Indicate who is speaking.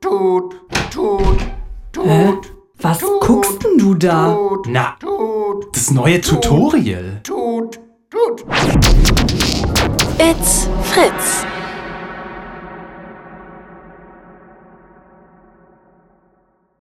Speaker 1: Tut, tut, tut.
Speaker 2: Was
Speaker 1: tut,
Speaker 2: guckst denn du da?
Speaker 1: Tut,
Speaker 3: Ah. Na,
Speaker 1: tut,
Speaker 3: das neue Tutorial.
Speaker 1: tut, tut.
Speaker 4: It's Fritz.